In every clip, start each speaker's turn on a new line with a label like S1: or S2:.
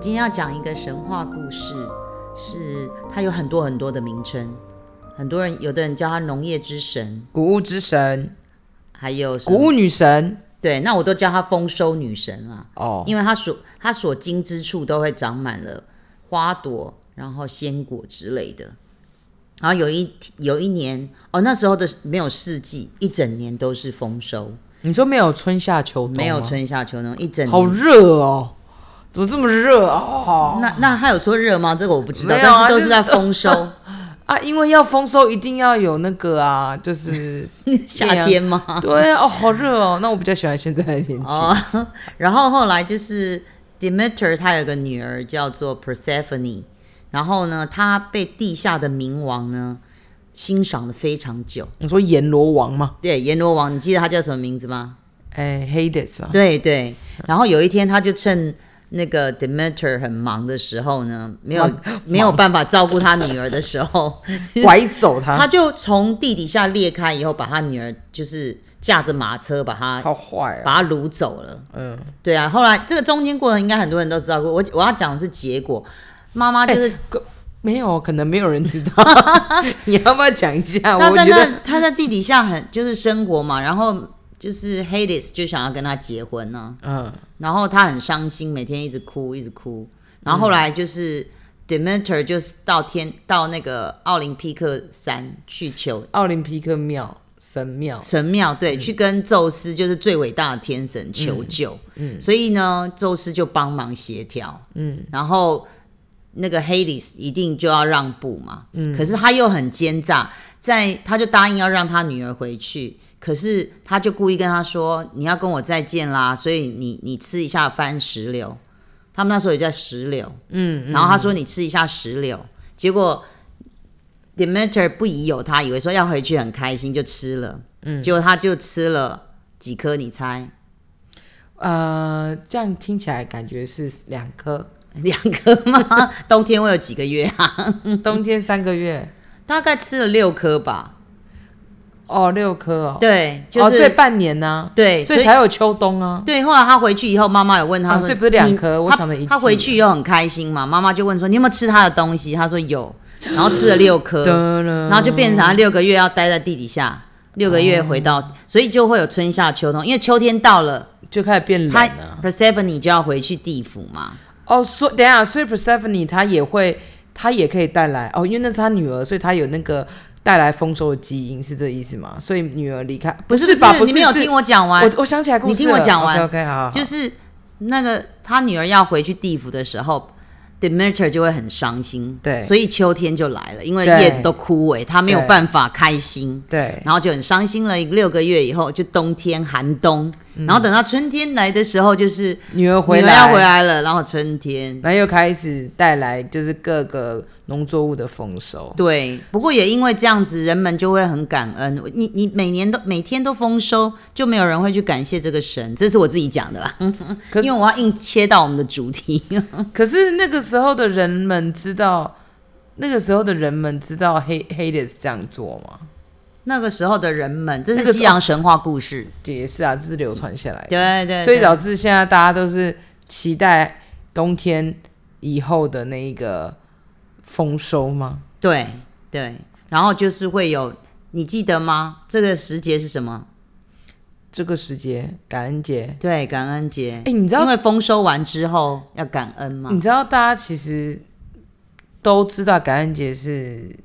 S1: 今天要讲一个神话故事，是它有很多很多的名称，很多人有的人叫它农业之神，
S2: 谷物之神、
S1: 还有什
S2: 谷
S1: 么
S2: 物女神
S1: 对，那我都叫它丰收女神啦，
S2: 哦，
S1: 因为它所它所经之处都会长满了花朵，然后鲜果之类的。然后有一有一年哦，那时候的没有四季，一整年都是丰收，
S2: 你说没有春夏秋冬吗，
S1: 没有春夏秋冬，一整
S2: 好
S1: 年
S2: 热哦，怎么这么热哦？
S1: 那那他有说热吗？这个我不知道，
S2: 没有啊
S1: 但是都
S2: 就是
S1: 是在丰收
S2: 啊，因为要丰收，一定要有那个啊，就是
S1: 夏天吗？
S2: 对啊，哦，好热哦。那我比较喜欢现在的天气。
S1: 哦， 然后后来就是 Demeter，他有个女儿叫做 Persephone，然后呢，她被地下的冥王呢欣赏了非常久。
S2: 你说阎罗王吗？
S1: 对，阎罗王，你记得他叫什么名字吗？
S2: 哎，Hades 吧。
S1: 对对。然后有一天，他就趁那个 Demeter 很忙的时候呢，没有没有办法照顾他女儿的时候，
S2: 拐走 他，
S1: 他就从地底下裂开以后，把他女儿就是驾着马车把他
S2: 好坏啊！
S1: 把他掳走了。
S2: 嗯，
S1: 对啊，后来这个中间过程应该很多人都知道过。我我要讲的是结果，妈妈就是、
S2: 没有，可能没有人知道。 你要不要讲一下？
S1: 她
S2: 哎我
S1: 在
S2: 觉得
S1: 那她在地底下很就是生活嘛，然后就是 Hades 就想要跟她结婚呢、
S2: 嗯，
S1: 然后她很伤心，每天一直哭一直哭，然后后来就是。Demeter 就是到天到那个奥林匹克山去求
S2: 奥林匹克庙神庙，
S1: 神庙，嗯对，去跟宙斯就是最伟大的天神求救。嗯，所以呢，宙斯就帮忙协调。嗯，然后那个 Hades 一定就要让步嘛。嗯，可是他又很奸诈，在他就答应要让他女儿回去。可是他就故意跟他说：“你要跟我再见啦，所以你你吃一下番石榴。”他们那时候也叫石榴，嗯，然后他说：“你吃一下石榴。”结果 Demeter 不疑有他，以为说要回去很开心，就吃了。结果他就吃了几颗，你猜？
S2: 呃，这样听起来感觉是两颗，
S1: 两颗吗？冬天会有几个月啊？
S2: 冬天三个月，
S1: 大概吃了六颗吧。
S2: 哦，六颗哦，
S1: 对，就
S2: 哦，所以
S1: 是、
S2: 半年呢、
S1: 对，
S2: 所
S1: 所
S2: 以
S1: 以
S2: 才有秋冬啊。
S1: 对。后来他回去以后，妈妈有问他
S2: 啊
S1: 说：“
S2: 所以不是两颗
S1: 你
S2: 我
S1: 他
S2: 想的一
S1: 他
S2: 致
S1: 回去以后很开心嘛，妈妈就问说：“你有没有吃他的东西？”他说：“有。”然后吃了六颗，然后就变成他六个月要待在地底下，六个月回到，所以就会有春夏秋冬。因为秋天到了，
S2: 就开始变冷啊
S1: 他
S2: 了。
S1: Persephone 就要回去地府嘛。
S2: 哦，所等一下，所以 Persephone 她也会，她也可以带来哦，因为那是她女儿，所以她有那个带来丰收的基因，是这意思吗？所以女儿离开不
S1: 是
S2: 吧？不
S1: 你没有听
S2: 我
S1: 我讲完
S2: 我，我想起来故事了，
S1: 你听我讲完
S2: OK OK 好好，
S1: 就是是那个他女儿要回去地府的时候，Demeter 就会很伤心，
S2: 对
S1: 所以秋天就来了，因为
S2: 对
S1: 叶子都枯萎，他没有
S2: 对
S1: 办法开心，
S2: 对
S1: 然后就很伤心了。六个月以后就冬天寒冬，然后等到春天来的时候，就是
S2: 女儿
S1: 女
S2: 嗯回
S1: 儿
S2: 来
S1: 要回，来了，然后春天。
S2: 然后又开始带来就是各个农作物的丰收。
S1: 对，不过也因为这样子，人们就会很感恩。你你每年都每天都丰收，就没有人会去感谢这个神。这是我自己讲的啦，
S2: 可 是
S1: 因为我要硬切到我们的主题。
S2: 可是那个时候的人们知道，那个时候的人们知道黑黑 a 是这样做吗？
S1: 那个时候的人们，这
S2: 那
S1: 是
S2: 个时候
S1: 西洋神话故事。
S2: 也是啊，这是流传下来的。
S1: 对对
S2: 所以导致现在大家都是期待冬天以后的那一个丰收吗？
S1: 对对，然后就是会有，你记得吗？这个时节是什么？
S2: 这个时节，感恩节。
S1: 对，感恩节
S2: 哎、。你知
S1: 因
S2: 道，
S1: 为丰收完之后要感恩嘛
S2: 你。知道，大家其实都知道感恩节是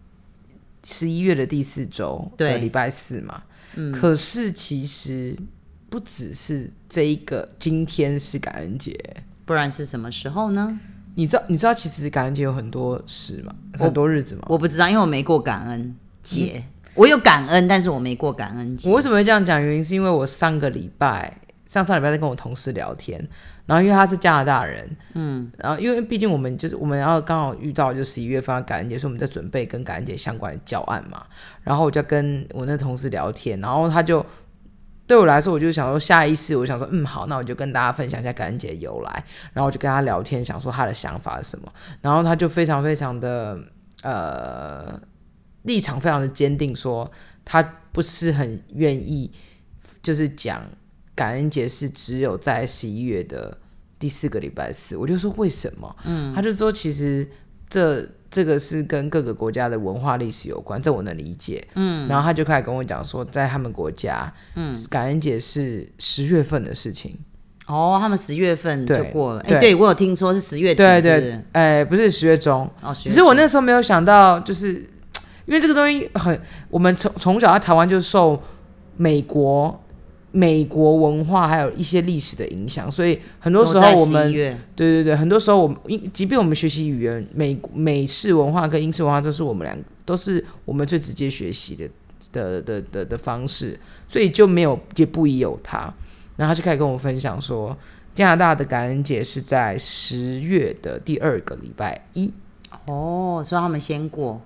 S2: 十一月的第四周的
S1: 对嗯
S2: 礼拜四嘛。可是其实不只是这一个，今天是感恩节。
S1: 不然是什么时候呢？
S2: 你知道，你知道，其实感恩节有很多事嘛，
S1: 我
S2: 很多日子嘛。
S1: 我不知道，因为我没过感恩节。我有感恩，但是嗯我没过感恩节
S2: 我。为什么会这样讲？原因是因为我上个礼拜，上上礼拜在跟我同事聊天，然后因为他是加拿大人，嗯，然后因为毕竟我们就是我们要刚好遇到就十一月份要感恩节，所以我们在准备跟感恩节相关的教案嘛。然后我就跟我那同事聊天，然后他就对我来说，我就想说下意识，我想说嗯好，那我就跟大家分享一下感恩节的由来。然后我就跟他聊天，想说他的想法是什么，然后他就非常非常的呃立场非常的坚定说他不是很愿意就是讲感恩节是只有在十一月的第四个礼拜四，我就说为什么？嗯，他就说其实这这个是跟各个国家的文化历史有关，这我能理解。嗯，然后他就开始跟我讲说，在他们国家，嗯，感恩节是十月份的事情。
S1: 哦，他们十月份
S2: 对
S1: 就过了，哎、
S2: 对
S1: 对我有听说是十月底，
S2: 对
S1: 是不
S2: 对
S1: 是？，
S2: 哎、不是十月中，
S1: 哦，
S2: 只是我
S1: 那
S2: 那时候没有想到，就是因为这个东西很，我们从从小在台湾就受美国美国文化还有一些历史的影响，所以很多时候我们
S1: 月
S2: 对对对，很多时候我们，因即便我们学习语言，美美式文化跟英式文化，这是我们两都是我们最直接学习的的的的的方式，所以就没有也不宜有它。然后他就开始跟我分享说，加拿大的感恩节是在十月的第二个礼拜一。
S1: 哦，所以他们先过，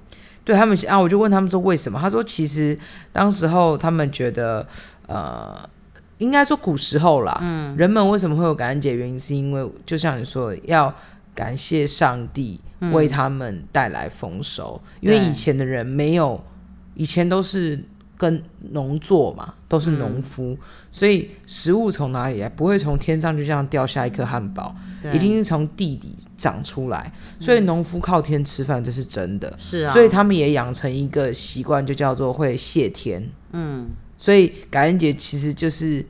S2: 对他们啊，我就问他们说为什么？他说其实当时候他们觉得，呃，应该说古时候啦，嗯，人们为什么会有感恩节？原因是因为就像你说，的，要感谢上帝为他们带来丰收，因为
S1: 对
S2: 以前的人没有，以前都是跟农作嘛，都是农夫，所以食物从哪里来？不会从天上就这样掉下一颗汉堡，
S1: 对，
S2: 一定是从地底长出来，所以农夫靠天吃饭，这是真的。
S1: 是啊，
S2: 所以他们也养成一个习惯，就叫做会谢天。嗯，所以感恩节其实就是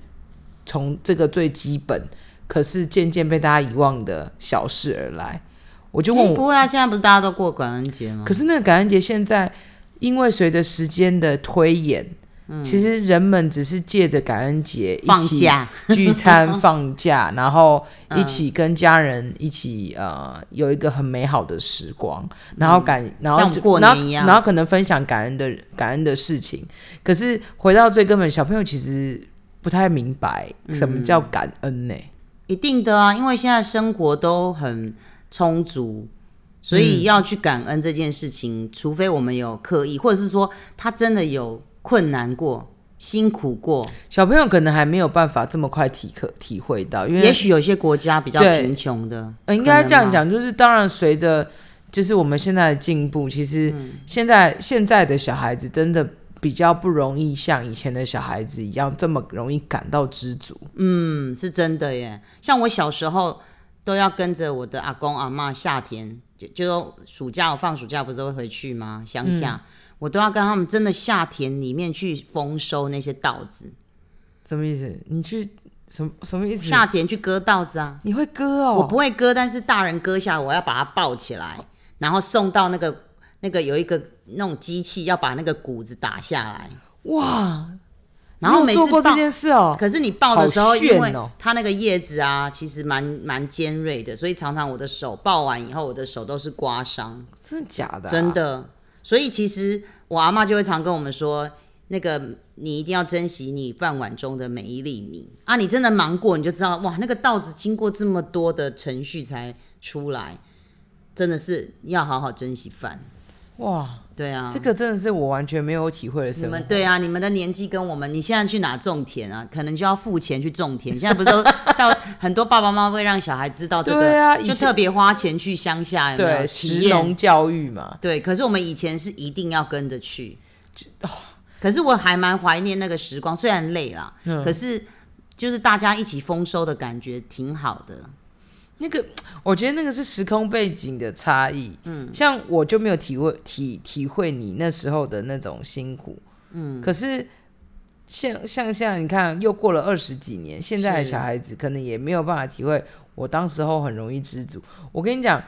S2: 从这个最基本，可是渐渐被大家遗忘的小事而来。我就
S1: 就
S2: 问我，
S1: 不会啊，现在不是大家都过感恩节吗？
S2: 可是那个感恩节现在，因为随着时间的推演，其实人们只是借着感恩节一
S1: 嗯放
S2: 起
S1: 假，
S2: 聚餐、放假， 然后一起跟家人一起呃有一个很美好的时光，然后感，然
S1: 嗯
S2: 后
S1: 像
S2: 就
S1: 过
S2: 然
S1: 年
S2: 后
S1: 一样
S2: 然后可能分享感恩的感恩的事情。可是回到最根本，小朋友其实不太明白
S1: 嗯
S2: 什么叫感恩呢、
S1: 一定的啊，因为现在生活都很充足，所
S2: 嗯
S1: 以要去感恩这件事情，除非我们有刻意，或者是说他真的有困难过、辛苦过。
S2: 小朋友可能还没有办法这么快体可体会到，因为
S1: 也许有些国家比较
S2: 对
S1: 贫穷的，
S2: 呃，应该
S1: 可能
S2: 这样
S1: 吗，
S2: 讲，就是当然随着就是我们现在的进步，其实
S1: 嗯
S2: 现在、现在的小孩子真的比较不容易像以前的小孩子一样这么容易感到知足。
S1: 嗯，是真的耶。像我小时候都要跟着我的阿公阿妈，夏天就就暑假我放暑假不是都会回去吗？
S2: 嗯
S1: 乡下、我都要跟他们真的夏田里面去丰收那些稻子，
S2: 什么意思？你去什么什么意思？
S1: 夏田去割稻子啊。
S2: 你会割嗯哦？
S1: 我不会割，但是大人割下，我要把它抱起来，然后送到那个那个有一个那种机器，要把那个谷子打下来。
S2: 哇！
S1: 然后
S2: 你
S1: 每
S2: 有做
S1: 次
S2: 过
S1: 抱
S2: 这，件事哦。
S1: 可是你抱的时候，
S2: 好炫
S1: 因
S2: 哦
S1: 为它那个叶子啊，其实蛮蛮尖锐的，所以常常我的手抱完以后，我的手都是刮伤，
S2: 真的假的、
S1: 真。的。所以其实我阿妈就会常跟我们说。那个，你一定要珍惜你饭碗中的每一粒米啊！你真的忙过，你就知道哇，那个稻子经过这么多的程序才出来，真的是要好好珍惜饭。
S2: 哇，
S1: 对啊，
S2: 这个真的是我完全没有体会的
S1: 你
S2: 生活
S1: 们。对啊，你们的年纪跟我们，你现在去哪种田啊？可能就要付钱去种田。现在不是都到很多爸爸妈妈会让小孩知道这个，
S2: 对啊以
S1: 就
S2: 前
S1: 特别花钱去乡下有没有
S2: 对，
S1: 体
S2: 食
S1: 验
S2: 农教育嘛，
S1: 对，可是我们以前是一定要跟着去。
S2: 哦
S1: 可是我还蛮怀念那个时光，虽然累啦，
S2: 嗯
S1: 可是就是大家一起丰收的感觉挺好的。
S2: 那个，我觉得那个是时空背景的差异。嗯，像我就没有体会体体会你那时候的那种辛苦。嗯，可是像像现在你看，又过了二十几年，现在的
S1: 是
S2: 小孩子可能也没有办法体会我当时候很容易知足。我跟你讲，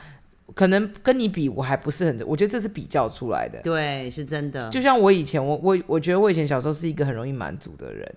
S2: 可能跟你比，我还不是很，我觉得这是比较出来的。
S1: 对，是真的。
S2: 就像我以前，我我我觉得我以前小时候是一个很容易满足的人，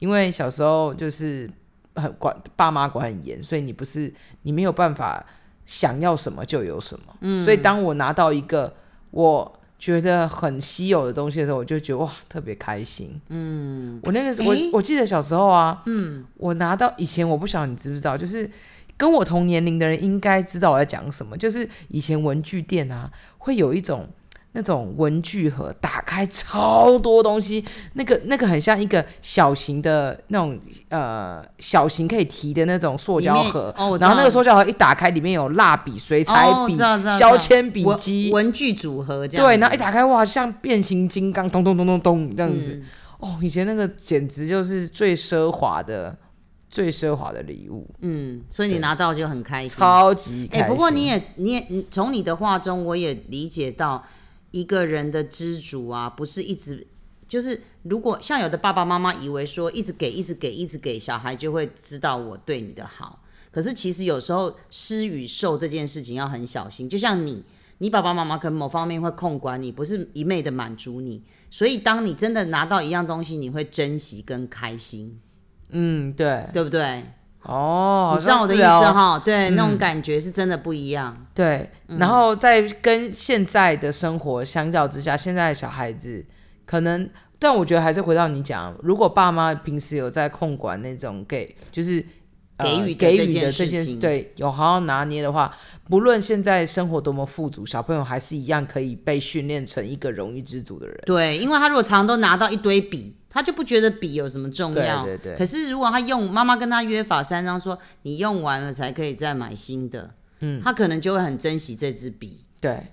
S2: 因为小时候就是很管爸妈管很严，所以你不是你没有办法想要什么就有什么。嗯，所以当我拿到一个我觉得很稀有的东西的时候，我就觉得哇特别开心。嗯，我那个时候我
S1: 诶
S2: 我记得小时候啊，嗯，我拿到以前我不晓得你知不知道，就是。跟我同年龄的人应该知道我在讲什么，就是以前文具店啊，会有一种那种文具盒，打开超多东西，那个那个很像一个小型的那种呃小型可以提的那种塑胶盒
S1: 里面，哦我知道
S2: 然后那个塑胶盒一打开，里面有蜡笔、水彩
S1: 哦我
S2: 笔、
S1: 知道知道知道
S2: 削铅笔
S1: 文
S2: 机，
S1: 文具组合这样子，
S2: 对，然后一打开哇，像变形金刚，咚咚咚咚咚这样子。
S1: 嗯
S2: 哦，以前那个简直就是最奢华的最奢华的礼物，
S1: 嗯，所以你拿到就很开心。
S2: 超级开
S1: 哎、
S2: 心。
S1: 不过你也你也你从你的话中，我也理解到一个人的知足啊，不是一直就是如果像有的爸爸妈妈以为说一直给一直给一直给小孩就会知道我对你的好，可是其实有时候施与受这件事情要很小心，就像你。你爸爸妈妈可能某方面会控管你，不是一昧的满足你，所以当你真的拿到一样东西，你会珍惜跟开心，
S2: 嗯，对，
S1: 对不对？
S2: 哦，
S1: 你知道
S2: 好
S1: 我的
S2: 像
S1: 意
S2: 是
S1: 思
S2: 哦
S1: 哈、对，那种感觉是真的不一样。
S2: 对，
S1: 嗯
S2: 然后在跟现在的生活相较之下，现在的小孩子可能，但我觉得还是回到你讲，如果爸妈平时有在控管那种给，就是。呃
S1: 给予的
S2: 给
S1: 这
S2: 予
S1: 件
S2: 的
S1: 事
S2: 这件
S1: 情
S2: 对，有好好拿捏的话，不论现在生活多么富足，小朋友还是一样可以被训练成一个容易知足的人。
S1: 对，因为他如果常常都拿到一堆笔，他就不觉得笔有什么重要。
S2: 对对对
S1: 可是如果他用妈妈跟他约法三章说，你用完了才可以再买新的，嗯，他可能就会很珍惜这支笔。
S2: 对，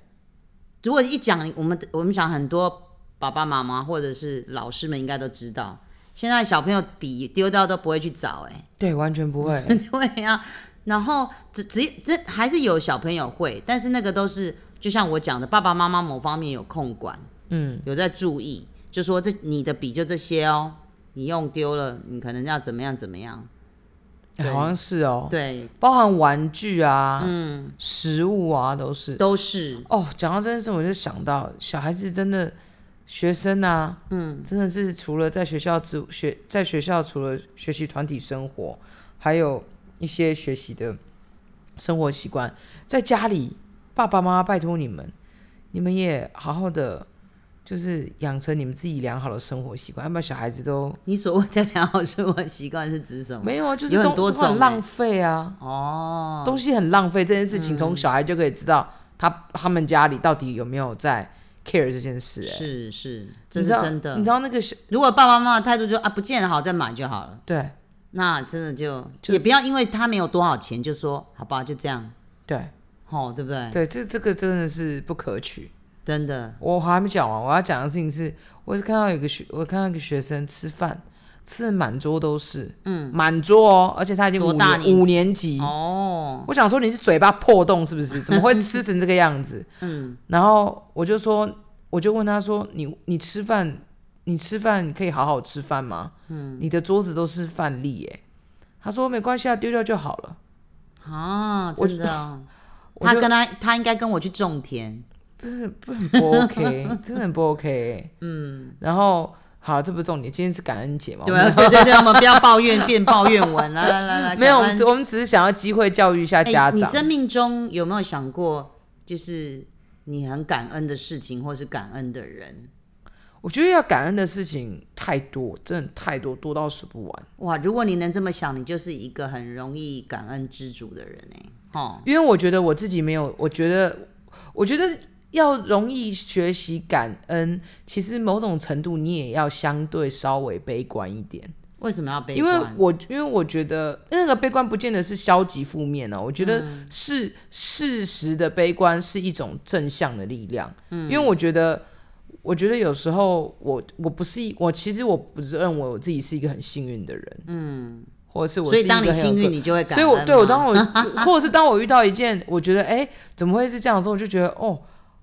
S1: 如果一讲我们我们讲很多爸爸妈妈或者是老师们应该都知道，现在小朋友笔丢掉都不会去找、欸，
S2: 对，完 全不会。哎
S1: 对呀、然后只只这还是有小朋友会，但是那个都是就像我讲的，爸爸妈妈某方面有控管，嗯，有在注意，就说这你的笔就这些哦，你用丢了，你可能要怎么样怎么样。对
S2: 好像是哦，
S1: 对，
S2: 包含玩具啊，嗯，食物啊，都是。
S1: 都是
S2: 哦，讲到这件事，我就想到小孩子真的学生啊，嗯，真的是除了在学校之学，在学校除了学习团体生活，还有一些学习的生活习惯，在家里，爸爸妈妈拜托你们，你们也好好的。就是养成你们自己良好的生活习惯，要不然小孩子都
S1: 你所谓的良好生活习惯是指什么？
S2: 没有啊，就
S1: 嗯
S2: 是
S1: 有
S2: 都
S1: 很多
S2: 都很
S1: 种欸
S2: 浪费啊，
S1: 哦，嗯
S2: 东西很浪费这件事情，从小孩就可以知道他他们家里到底有没有在 care 这件事、欸。
S1: 是是，这
S2: 你
S1: 是
S2: 知道
S1: 真的
S2: 你。知道那个小
S1: 如果爸爸妈妈的态度就啊不见了好再买就好了，
S2: 对
S1: 那真的就
S2: 就
S1: 也不要因为他没有多少钱就说好吧就这样，
S2: 对
S1: 哦对不对？
S2: 对，这这个真的是不可取。
S1: 真的，
S2: 我还没讲完，我要讲的事情是，我是看到有个学，我看到一个学生吃饭吃得满桌都是，嗯，满桌哦，而且他已经
S1: 多
S2: 五
S1: 大年
S2: 年
S1: 纪
S2: 五年级
S1: 哦，
S2: 我想说你是嘴巴破洞是不是？怎么会吃成这个样 子？嗯，然后我就说，我就问他说，你你吃饭，你吃饭可以好好吃饭吗？嗯，你的桌子都是饭粒耶。他说没关系啊，丢掉就好 了。
S1: 啊，
S2: 我
S1: 真的哦、
S2: 我
S1: 他
S2: 就
S1: 跟他他应该跟我去种田，
S2: 真的不很不 OK，真的很不 OK。嗯，然后好，这不是重点，今天是感恩节嘛？
S1: 对
S2: 我们
S1: 啊对对对，我们不要抱怨变抱怨文，来来来来，
S2: 没有，我
S1: 赶
S2: 们
S1: 快
S2: 只我们只是想要机会教育一下
S1: 哎
S2: 家
S1: 你
S2: 长。
S1: 生命中有没有想过，就是你很感恩的事情，或是感恩的人？
S2: 我觉得要感恩的事情太多，真的太多，多到数不完。
S1: 哇，如果你能这么想，你就是一个很容易感恩知足的人哎、哦，
S2: 因为我觉得我自己没有，我觉得，我觉得要容易学习感恩，其实某种程度你也要相对稍微悲观一点，
S1: 为什么要悲
S2: 因为
S1: 观？
S2: 我因为我觉得那个悲观不见得是消极负面哦，我觉得
S1: 嗯
S2: 是、事实的悲观是一种正向的力量，嗯，因为我觉得。我觉得有时候我我不是一我其实我不认为我自己是一个很幸运的人，嗯，或者是我
S1: 所以
S2: 是一个
S1: 当
S2: 很
S1: 你
S2: 有
S1: 幸
S2: 个
S1: 运，你就会感
S2: 所以
S1: 恩
S2: 我
S1: 吗。
S2: 对 我当我或者是当我遇到一件我觉得哎、诶怎么会是这样的时候，我就觉得哦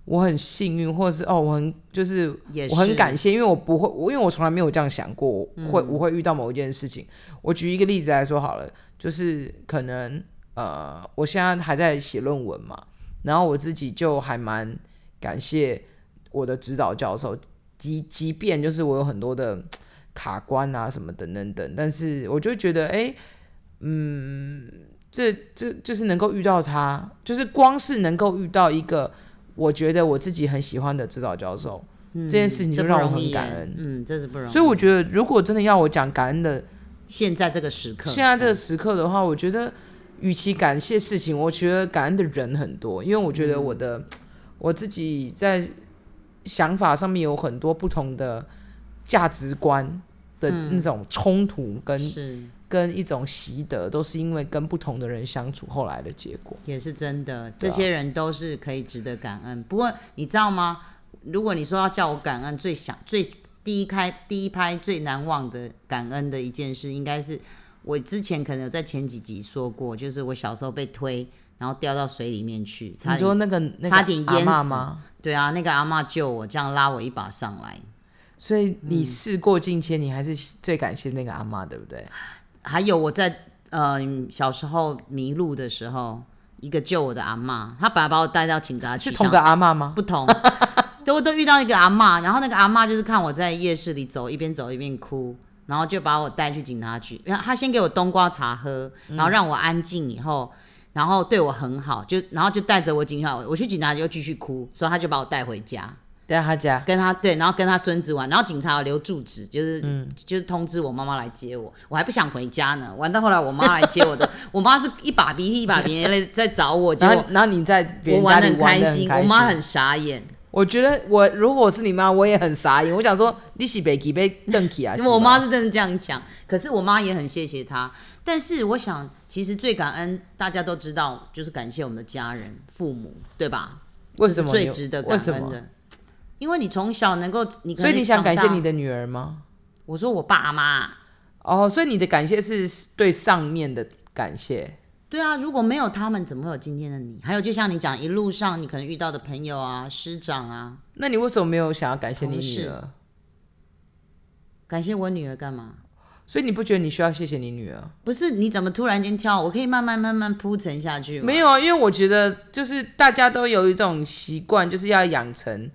S2: 我很幸运，或者是哦我很就是
S1: 也是嗯
S2: 我很感谢，因为我不会，我因为我从来没有这样想过，我会我会遇到某一件事情。我举一个例子来说好了，就是可能呃我现在还在写论文嘛，然后我自己就还蛮感谢我的指导教授，即即便就是我有很多的卡关啊什么等等等，但是我就觉得，哎、嗯，这这就是能够遇到他，就是光是能够遇到一个我觉得我自己很喜欢的指导教授，这件事情
S1: 嗯这
S2: 就
S1: 不
S2: 让我
S1: 容
S2: 很
S1: 易
S2: 感
S1: 耶
S2: 恩。
S1: 嗯，这是不容易。
S2: 所以我觉得，如果真的要我讲感恩的
S1: 现在这个时刻，
S2: 现在这个时刻的话，我觉得，与其感谢事情，我觉得感恩的人很多，因为我觉得
S1: 嗯
S2: 我的、我自己在想法上面有很多不同的价值观的那种冲突跟、
S1: 嗯是
S2: 跟一种习得，都是因为跟不同的人相处后来的结果。
S1: 也是真
S2: 啊
S1: 的，这些人都是可以值得感恩。不过你知道吗？如果你说要叫我感恩，最想最第一开第一拍最难忘的感恩的一件事，应该是我之前可能有在前几集说过，就是我小时候被推，然后掉到水里面去，差
S2: 你说
S1: 点
S2: 那个那个
S1: 差点
S2: 阿
S1: 淹
S2: 嬷
S1: 死
S2: 吗？
S1: 对啊，那个阿嬷救我，这样拉我一把上来。
S2: 所以
S1: 嗯
S2: 你事过境迁，你还是最感谢那个阿妈，对不对？
S1: 啊还有我在呃小时候迷路的时候，一个救我的阿嬷，她本来把我带到警察局，
S2: 是同个阿妈吗？
S1: 不同， 都都遇到一个阿嬷，然后那个阿嬷就是看我在夜市里走，一边走一边哭，然后就把我带去警察局，然后她先给我冬瓜茶喝，
S2: 嗯
S1: 然后让我安静以后。然后对我很好，就然后就带着我警察，我去警察局又继续哭，所以他就把我带回家，
S2: 在他啊家，
S1: 跟他对，然后跟他孙子玩，然后警察有留住址，就是、
S2: 嗯
S1: 就是通知我妈妈来接我，我还不想回家呢，玩到后来我妈来接我的， 我妈是一把鼻涕一把鼻泪在找我，结
S2: 然
S1: 果
S2: 后然后你在别
S1: 我
S2: 人家
S1: 玩的
S2: 里
S1: 很开
S2: 玩的
S1: 心，
S2: 很开
S1: 我
S2: 心。
S1: 妈很傻眼，
S2: 我觉得我如果我是你妈，我也很傻眼。我想说你是被给被瞪起啊？
S1: 因为
S2: 是吗
S1: 我妈是真的这样讲，可是我妈也很谢谢她。但是我想，其实最感恩大家都知道，就是感谢我们的家人、父母，对吧？
S2: 为什么
S1: 这
S2: 你
S1: 是最值得
S2: 为
S1: 感
S2: 什
S1: 恩
S2: 么？
S1: 的？因为你从小能够，你可
S2: 所
S1: 能
S2: 以你想
S1: 长大
S2: 感谢你？的女儿吗？
S1: 我说我爸妈，
S2: 哦，所以你的感谢是对上面的感谢。
S1: 对啊，如果没有他们，怎么会有今天的你？还有，就像你讲，一路上你可能遇到的朋友啊、师长啊，
S2: 那你为什么没有想要感谢你
S1: 同
S2: 女
S1: 事
S2: 儿？
S1: 感谢我女儿干嘛？
S2: 所以你不觉得你需要谢谢你女儿？
S1: 不是你怎么突然间跳？我可以慢慢慢慢铺陈下去吗？
S2: 没有啊，因为我觉得就是大家都有一种习惯，就是要养成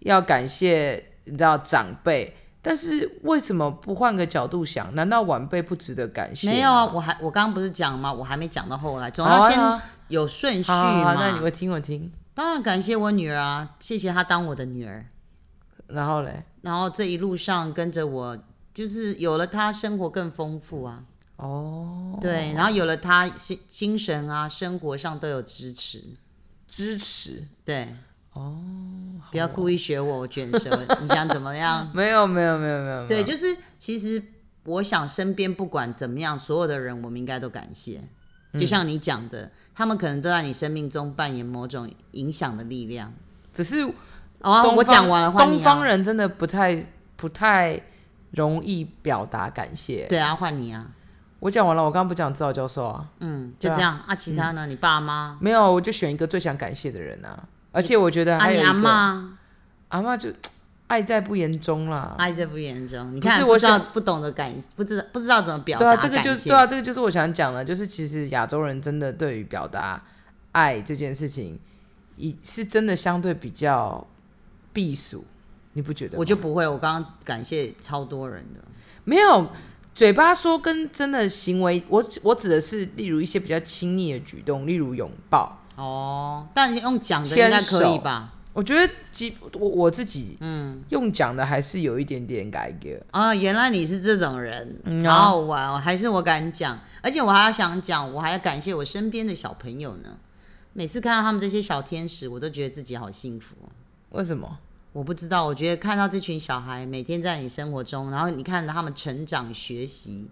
S2: 要感谢你知道长辈，但是为什么不换个角度想？难道晚辈不值得感谢吗？
S1: 没有啊，我还我刚刚不是讲吗？我还没讲到后来，总
S2: 好
S1: 要
S2: 啊
S1: 先
S2: 好啊
S1: 有顺序
S2: 好啊好
S1: 嘛。
S2: 好，那你会听我听，
S1: 当然感谢我女儿啊，谢谢她当我的女儿，
S2: 然后嘞，
S1: 然后这一路上跟着我，就是有了她，生活更丰富啊。哦，对，然后有了她，心精神啊，生活上都有支持。
S2: 支持。
S1: 对，哦，不要故意学我，我卷舌，你想怎么样？
S2: 没有没有没有没有，
S1: 对，
S2: 没有，
S1: 就是其实我想身边不管怎么样，所有的人我们应该都感谢。
S2: 嗯
S1: 就像你讲的，他们可能都在你生命中扮演某种影响的力量。
S2: 只是
S1: 哦，
S2: 东
S1: 我
S2: 方
S1: 讲完了，换
S2: 东
S1: 你、
S2: 方
S1: 啊。
S2: 人真的不太不太容易表达感谢。
S1: 对啊，换你啊。
S2: 我讲完了，我刚刚不讲指导教授啊，
S1: 嗯，就
S2: 对啊
S1: 这样啊。其他呢？你爸妈
S2: 没有，我就选一个最想感谢的人啊，而且我觉得
S1: 啊，
S2: 还有
S1: 你
S2: 一
S1: 阿
S2: 个嗯
S1: 妈
S2: 阿嬷就爱在不言中啦。
S1: 爱啊在不言中。你
S2: 不
S1: 看，
S2: 是
S1: 不
S2: 我
S1: 知道
S2: 想
S1: 不懂得感，不知道不知道怎么表
S2: 对
S1: 达
S2: 啊，
S1: 感
S2: 这
S1: 谢。
S2: 个就对啊，这个就是我想讲的，就是其实亚洲人真的对于表达爱这件事情，以是真的相对比较避俗，你不觉得吗？
S1: 我就不会。我刚刚感谢超多人的。
S2: 没有嘴巴说跟真的行为，我我指的是例如一些比较亲昵的举动，例如拥抱，
S1: 哦，但是用讲的应该可
S2: 牵
S1: 以
S2: 手
S1: 吧？
S2: 我觉得即我我自己，嗯，用讲的还是有一点点改革。
S1: 啊、原来你是这种人，
S2: 嗯啊
S1: 好好玩哦！还是我敢讲，而且我还要想讲，我还要感谢我身边的小朋友呢。每次看到他们这些小天使，我都觉得自己好幸福哦。
S2: 为什么？
S1: 我不知道，我觉得看到这群小孩每天在你生活中，然后你看着他们成长、学习、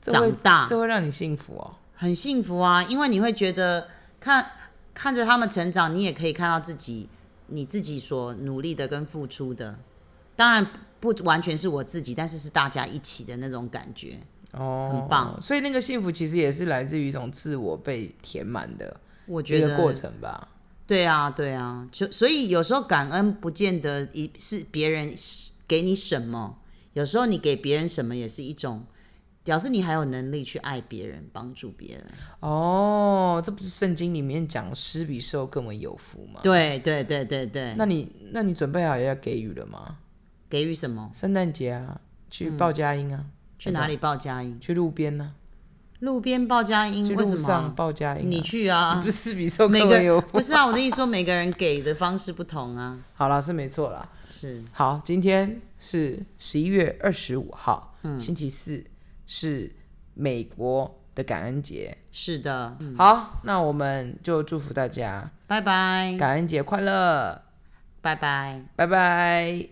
S2: 这
S1: 长
S2: 会
S1: 大，
S2: 这会让你幸福哦。
S1: 很幸福啊！因为你会觉得看看着他们成长，你也可以看到自己你自己所努力的跟付出的。当然不完全是我自己，但是是大家一起的那种感觉。
S2: 哦，
S1: 很棒。
S2: 所以那个幸福其实也是来自于一种自我被填满的
S1: 我觉
S2: 一
S1: 得
S2: 个过程吧。
S1: 对啊，对啊，就所以有时候感恩不见得一是别人给你什么，有时候你给别人什么也是一种，表示你还有能力去爱别人、帮助别人。
S2: 哦，这不是圣经里面讲“施比受更为有福”吗？
S1: 对对对对对，
S2: 那你那你准备好要给予了吗？
S1: 给予什么？
S2: 圣诞节啊，去报佳音啊，
S1: 去哪里报佳音？
S2: 去路边呢、
S1: 路边报佳音？
S2: 去
S1: 嗯为
S2: 路
S1: 什么
S2: 上
S1: 啊？
S2: 报佳音、啊。
S1: 你 去
S2: 你
S1: 啊
S2: 不！是施比受
S1: 每
S2: 更
S1: 个
S2: 为有
S1: 不
S2: 福？
S1: 是啊，我的意思说每个人给的方式不同啊。
S2: 好啦，是没错啦。
S1: 是
S2: 好，今天是十一月二十五号，
S1: 嗯
S2: 星期四，是美国的感恩节。
S1: 是的，嗯
S2: 好，那我们就祝福大家
S1: 拜拜
S2: 感恩节快乐，
S1: 拜拜。
S2: 拜拜。